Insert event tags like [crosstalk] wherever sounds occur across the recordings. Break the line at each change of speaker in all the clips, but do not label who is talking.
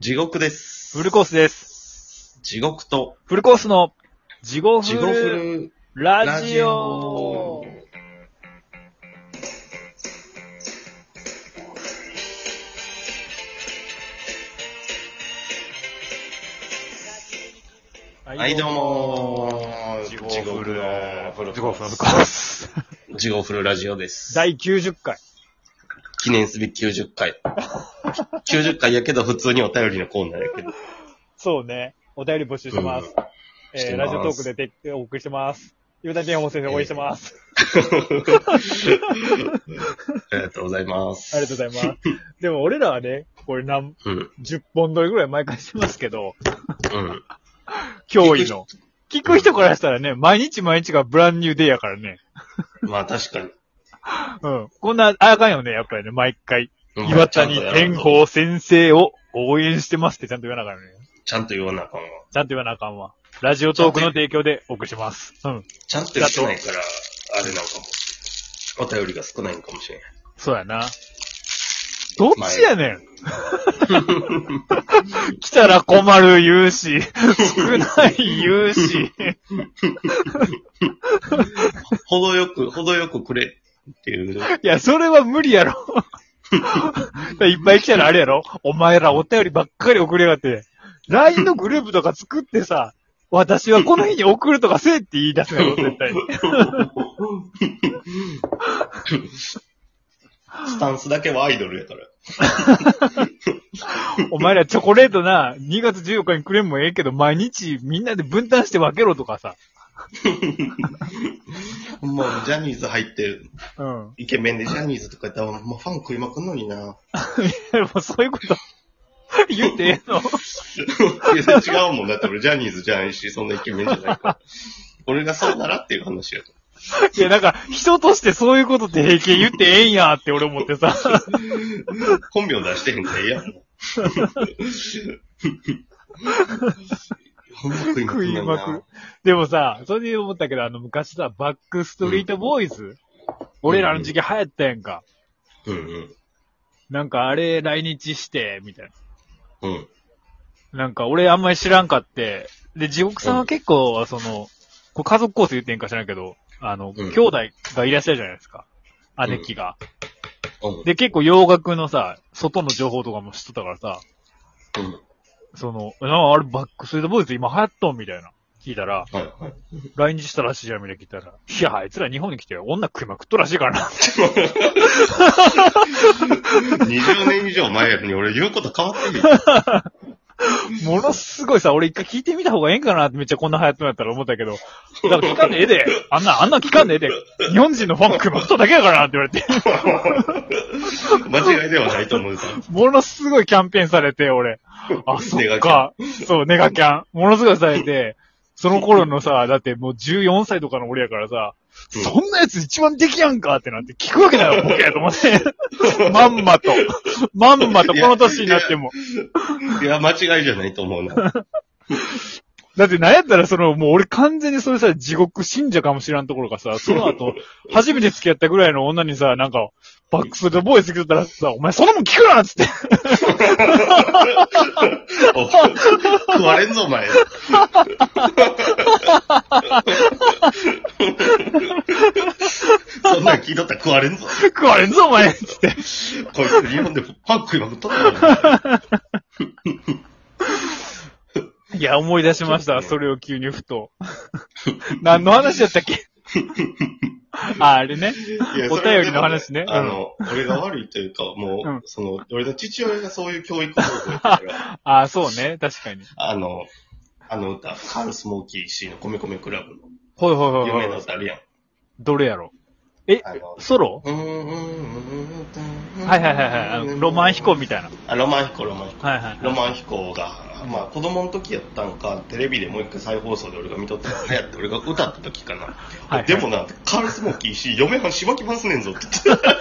地獄です。
フルコースです。
地獄と、
フルコースの、地獄
地獄フル
ラ
ラ
ジ
ジ
オ
オ。はい、どうも
地
ー
獄フル
フル
地獄フルコース。
地獄フルラジオです。
第90回。
記念すべき90回。90回やけど、普通にお便りのコーナーやけど。 [laughs]
そうね。お便り募集してます。
し
えー、
てます
ラジオトークでてお送りしてます。ゆうたけんほ先生応援してます。
ありがとうございます。
ありがとうございます。でも俺らはね、これ何、
うん、
10本撮りぐらい毎回してますけど、
うん。
脅威の。聞く人からしたらね、毎日毎日がブランニューデイやからね。
まあ確かに。
うん。こんな、ああかんよね、やっぱりね、毎回。岩谷天
候
宝先生を応援してますってちゃんと言わなあかんね。
ちゃんと言わなあかんわ。
ちゃんと言わなあかんわ。ラジオトークの提供でお送りします。うん。
ちゃんと言ってないから、あれなんかも。お便りが少ないんかもしれん。
そうやな。どっちや [laughs] ねん来たら困る言うし、少ない言うし。
程よく、程よくくれっていう。
いや、それは無理やろ。いっぱい来たらあれやろお前らお便りばっかり送りやがって。LINE のグループとか作ってさ、私はこの日に送るとかせえって言い出すやろ、絶対に。
スタンスだけはアイドルやから。
お前らチョコレートな、2月14日にくれんもええけど、毎日みんなで分担して分けろとかさ。
もうジャニーズ入って、
うん。
イケメンでジャニーズとか言ったら、もうファン食いまくんのにな。
でもそういうこと、言ってええの
いや違うもんだって俺ジャニーズじゃないし、そんなイケメンじゃない
[laughs]
から。俺がそうならっていう話やか
いや、なんか、人としてそういうことって平気で言ってええんやって俺思ってさ。
ら。本名出してへんからええやん。ほんま食いまく
食
ん
い
のに
まく
な。。
でもさ、それで思ったけど、あの、昔さ、バックストリートボーイズ、俺らの時期流行ったやんか。
うんうん。
なんか、あれ来日して、みたい
うん。
な。なんか、俺あんまり知らんかって。で、地獄さんは結構、その、こう家族構成言ってんか知らんけど、あの、
うん
兄弟がいらっしゃるじゃないですか。姉貴が。
うん。
で、結構洋楽のさ、外の情報とかも知っとったからさ、
うん。
その、なあれバックストリートボーイズ今流行っとんみたいな。聞いたら、
はい
[laughs]
はい。
来日したらしいじゃんみたいな聞いたら、いや、あいつら日本に来て女食いまくっとるらしいからな。 [laughs]
20年以上前やのに俺言うこと変わってるよ。
ものすごいさ、俺一回聞いてみた方がええんかなってめっちゃこんな流行ってんやったら思ったけど、だから聞かんでええで、あんな、あんな聞かんでええで、日本人のファン食いまくっとるだけやからなって言われて、
間違いではないと思うぞ。
ものすごいキャンペーンされ
[laughs]
て、俺。あ、そっか。そう、ネガキャン。ものすごいさ
[laughs]
れて、その頃のさ、だってもう14歳とかの俺やからさ、
うん
そんなやつ一番できやんかってなって聞くわ
[laughs]
けだよ、ボケやと思って。まんまと。まんまと、この年になっても。
いや、間違いじゃないと思うな。
だってなんやったらその、もう俺完全にそれさ、地獄信者かもしらんところがさ、その
[laughs]
後、初めて付き合ったぐらいの女にさ、なんか、バックストリートボーイズ聞いたらさ、お前そんなもん聞くなっつって。
お
[laughs]
食われんぞ、お前。そんなん聞いとったら食われんぞ。
食われんぞお前っつって。
こいつ日本でパン食いまくっとったから
いや、思い出しました。それを急にふと。 [laughs] 何の話やったっ
[laughs]
けあ、あれね。
いや
お便りの話ね
それはでもあの、俺が悪いというか、もう、
うん
その、俺の父親がそういう教育を受けた
[laughs]
から、
あ、そうね。確かに。
あの、あの歌、カール・スモーキー・シーのコメコメクラブの
ほいほいほい
有名
ほ。
ない歌あるやん。
どれやろえ
あの、
ソロは
はい
はいはいはいあの。ロマン飛行みたいな。
あ、ロマン飛行、ロマン飛行。
はいはい。
ロマン飛行が、まあ子供の時やったんか、テレビでもう一回再放送で俺が見とったから流行って俺が歌った時かな。
はい
でもな、カールスモーキーし、嫁はんしばきますねんぞ
[laughs]
って言って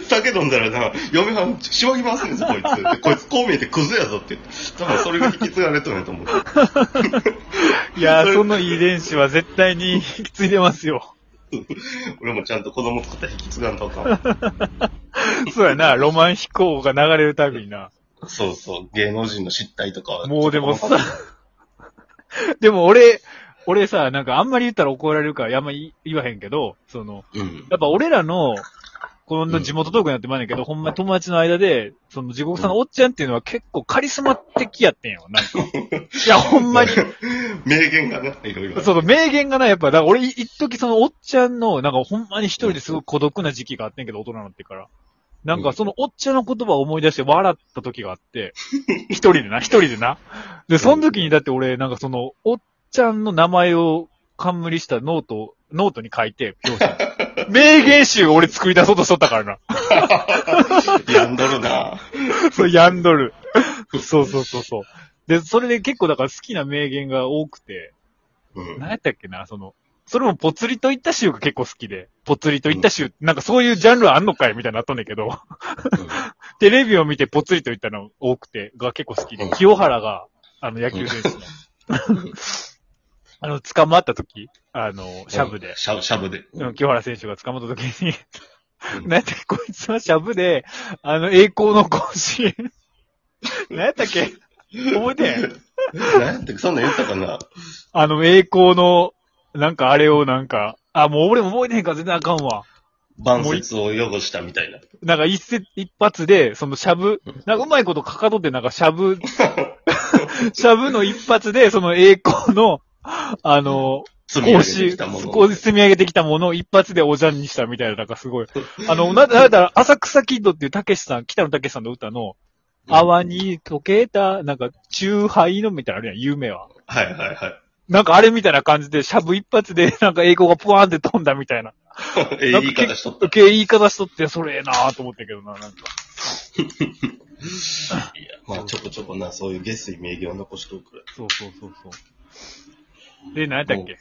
た。酒飲んだらな、嫁はんしばきますねんぞ、こいつ。でこいつこう見えてクズやぞって言って。多分それが引き継がれとんやと思う。
[laughs] いやー、その遺伝子は絶対に引 [laughs] き継いでますよ。
俺もちゃんと子供作ったら引き継がんとあかん。
そうやな、ロマン飛行が流れるたびにな。
そうそう、芸能人の失態とか。
もうでもさ、でも俺、俺さ、なんかあんまり言ったら怒られるから、あんまり言わへんけど、その、
うん。
やっぱ俺らの、この地元トークになってまんねんけど、ほんまに友達の間で、その地獄さんのおっちゃんっていうのは結構カリスマ的やってんよ、なんか。
[laughs]
いや、ほんまに。
名言がね、いろいろ。
[laughs] その名言がない、やっぱ、だから俺、い一時そのおっちゃんの、なんかほんまに一人ですごい孤独な時期があってんけど、大人になってから。なんかそのおっちゃんの言葉を思い出して笑った時があ [laughs] って、一人でな、一人でな。で、その時にだって俺、なんかその、おっちゃんの名前を冠したノートを、ノートに書いて、表紙に [laughs] 名言集を俺作り出そうとしとったから
やんどる
[laughs]
な。
な。 [laughs] そう、やんどる。そうそうそうそう。で、それで結構だから好きな名言が多くて、
[laughs] うん。
何やったっけな、その、それもぽつりといった州が結構好きで、ぽつりといった州、なんかそういうジャンルあんのかいみたいになったんだけど、 [laughs] テレビを見てぽつりといったの多くて、が結構好きで
うん、
清原が、あの野球選手の、 [laughs] あの、捕まった時、あの、シャブで、
しゃぶ、しゃぶで。
うん清原選手が捕まった時に、
うん
何やったっけ、こいつはシャブで、あの、栄光の甲子園、 [laughs] 何やったっけ、覚えてへん
何やったっけ [laughs] そんなん言ったかな
あの、栄光の、なんかあれをなんか、あ、もう俺も覚えてへんから全然あかんわ。
晩節を汚したみたいな。
なんか一せ一発で、そのしゃぶ、なんかうまいことかかとってなんかし
[laughs]
ゃぶ、しゃぶの一発で、その栄光の、あの、
積み上
格
げて
子
きたもの。
こう積み上げてきたものを一発でおじゃんにしたみたいな、なんかすごい。あの、な、なんだ、浅草キッドっていうたけしさん、北野たけしさんの歌の、
うん
泡に溶けた、なんか、中杯のみたいなのあるやん、夢は。
はいはいはい。 [laughs]
なんかあれみたいな感じで、しゃぶ一発で、 [laughs] なんか栄光がポワーンって飛んだみたいな。
ええ
なんか
言い方しとった。
受け言い方しとって、それええなぁと思ったけどな、なんか。
いや、まあちょこちょこな、そういう下水名言を残しておくらい。
そうそうそうそう。で、何やったっけ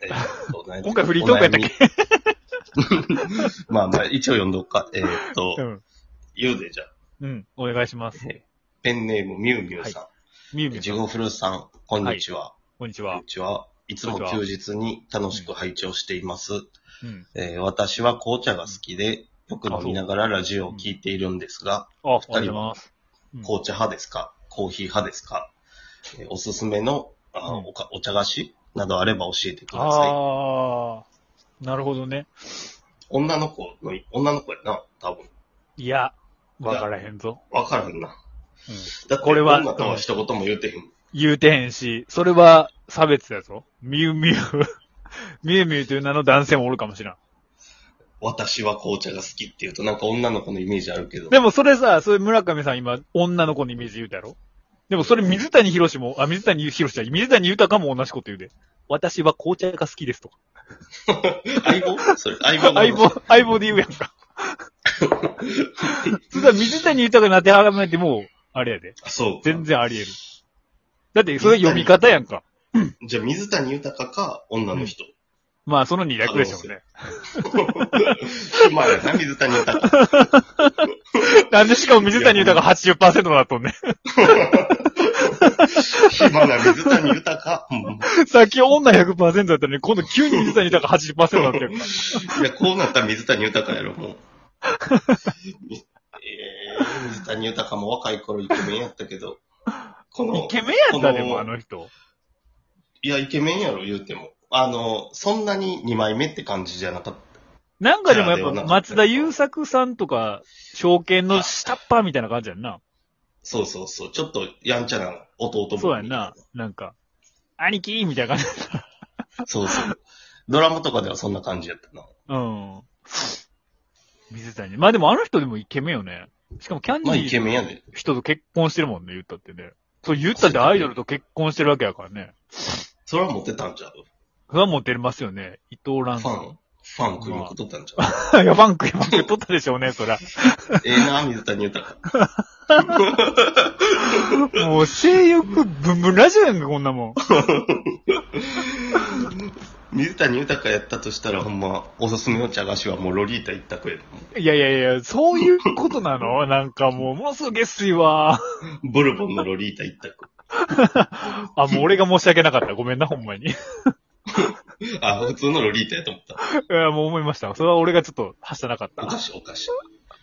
えーっと何やったっけ
今回フリートークやったっけ
[laughs] まあまあ、一応読んどくか。えーっと
う、ん。
言うでじゃあ。
うん。お願いします。
ペンネーム、ミュウミュウさ
みゆ
ん。
みゆ
ジ
さん、
ゴフルさん、こんにちは。
こんにち
こん
は
に。ちは。いつも休日に楽しく拝聴しています。
うん。
えー私は紅茶が好きで、よく飲みながらラジオを聞いているんですが、
あ、おはようございます。うん
紅茶派ですかコーヒー派ですか、えーおすすめのあ
うん
おかお茶菓子などあれば教えてください。
あー、なるほどね。
女の子の、女の子やな、多分。
いや、わからへんぞ。
わからへんな。
うん
だって、
これは
女とは一言も言うてへん。
言うてへんし、それは差別やぞ。みゆみゆ。 [laughs] みゆみゆという名の男性もおるかもしれん。
私は紅茶が好きって言うと、なんか女の子のイメージある
[laughs]
けど。
でもそれさ、それ村上さん今、女の子のイメージ言うたやろでもそれ水谷博士も、あ、水谷博士じゃない水谷豊も同じこと言うで。私は紅茶が好きですとか。
相棒それ、相棒
相棒、相棒で言うやんか。そしたら水谷豊になってはがめても、あれやで。
あそう。
全然あり得る。だって、それ読み方やんか。
じゃあ、水谷豊か、女の人。
まあ、その二略でしょうね。
まあやな、水谷
[laughs]
豊。
なんでしかも水谷豊が80%になっとんねん。
暇な水谷豊か。うん
さっき女100%だったのに、今度急に水谷豊が80%になってるから。
いや、こうなったら水谷豊やろ、もう。みえー、水谷豊も若い頃イケメンやったけど。この
イケメンやったで
こ
も、
の
あの人。
いや、イケメンやろ、言うても。あの、そんなに2枚目って感じじゃなかっ
なんかでもや
じゃあ
っ
で
ぱ
はな
松田優作さんとか、証券の下っ端みたいな感じやんな。
そうそうそう。ちょっとやんちゃな弟分
そうやんな。。なんか、兄貴みたいな感じ。
そうそう。ドラマとかではそんな感じやったな。
うん。水谷。まあでもあの人でもイケメンよね。しかもキャンデ
まあイ
ィ
ケ
ー
メンやで。
人と結婚してるもんね、言ったってね。そう、言ったってアイドルと結婚してるわけやからね。
それはモテたんちゃう
それはもう出れますよね。伊藤蘭
フ
さ
ァンファン組み取ったんちゃうん
[laughs] 。いや、ファンク、ファンク取ったでしょうね、そりゃ。
ええな、水谷豊。
もう性欲ブンブンラジオやんか、こんなもん。
水谷豊やったとしたら、ほんま、おすすめの茶菓子はもうロリータ一択やで。
いやいやいや、そういうことなのなんかもう、もうすぐ月水は。
ブルボンのロリータ一択。
[laughs] あ、もう俺が申し訳なかった。ごめんな、ほんまに。い [laughs]
あ、普通のロリータやと思った。
や、もう思いました。それは俺がちょっと、はしたなかっ
お
た。
かしいおかしい。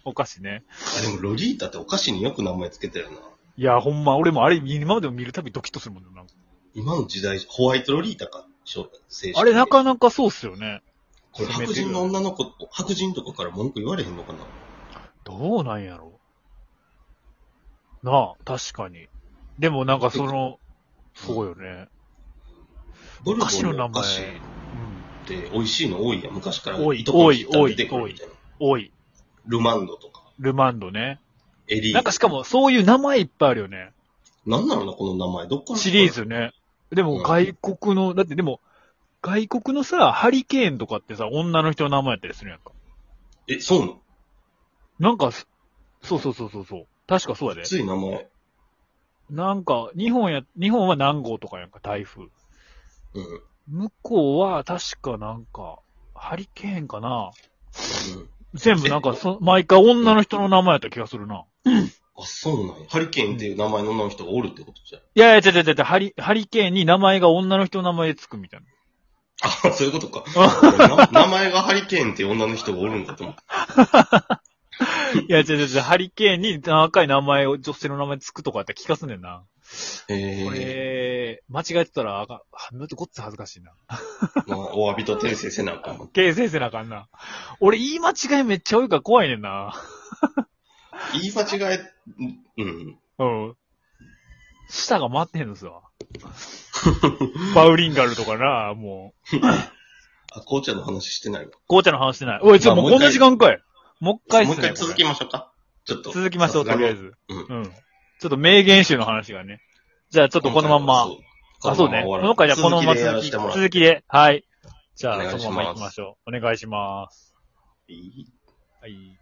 お菓子ね。
あ、でもロリータってお菓子によく名前つけたよな。
いや、ほんま、俺もあれ、今までも見るたびドキッとするもんね。なんか
今の時代、ホワイトロリータか、正正式
あれ、なかなかそうっすよね。
これ白人の女の子、白人とかから文句言われへんのかな
どうなんやろなあ、確かに。でもなんかその、そうよね。
ボルボ
お菓子の
ンの
名
お菓子っ
前。うん。
て美味しいの多いやん。昔から
多い
いとこに行ったら出てくるみたいな。
多い。
ルマンドとか、
ルマンドね。
エリー。
なんかしかも、そういう名前いっぱいあるよね。
なんなのな、この名前。どっから
シリー。ズね。でも外国の、だってでも、外国のさ、ハリケーンとかってさ、女の人の名前やったりするやんか。
え、そうなの
なんか、そそうそうそうそうそう。確かそうやで
き。つい名前。
なんか、日本や、日本は南郷とかやんか、台風。
うん。うん。
向こうは確かなんか、ハリケーンかな全部なんかそ、毎回女の人の名前やった気がするな。
あ、そうなんや。ハリケーンっていう名前の女の人がおるってことじゃん。
いやいや、ちゃちゃちゃ、ハリ、ハリケーンに名前が女の人の名前でつくみたいな。
あ、そういうことか。な名前がハリケーンっていう女の人がおるんだと思って。
いや、違う違う違う、ハリケーンに赤い名前を、女性の名前つくとかやったら聞かすねんな。こ
ええ
れ、間違えてたら、あかん、あもっとごっつ恥ずかしいな。
まあ、お詫びと訂正せなあかんもん。
形成せなあかんな。俺、言い間違いめっちゃ多いから怖いねんな。
言い間違え、うん。
うん。舌が回ってへん
[laughs]
のすわ。バウリンガルとかな、も
あ、紅茶の話してないわ。
う。紅茶の話してない。おい、ちょ、
まあ
もうこんな時間かい。もう一回っ
も
す
う
ね。
一回続き
こ
ましょうか。ちょっと。
れ続きましょう、とりあえず。
うん
うん。ちょっと名言集の話がね。じゃあ、ちょっとこのまんま。あ、そうね。この回じゃあこのまま続き、続きで。はい。じゃ
お願
あ、
いし
そ
ます
のまま行きましょう。お願いします。
き。
はい。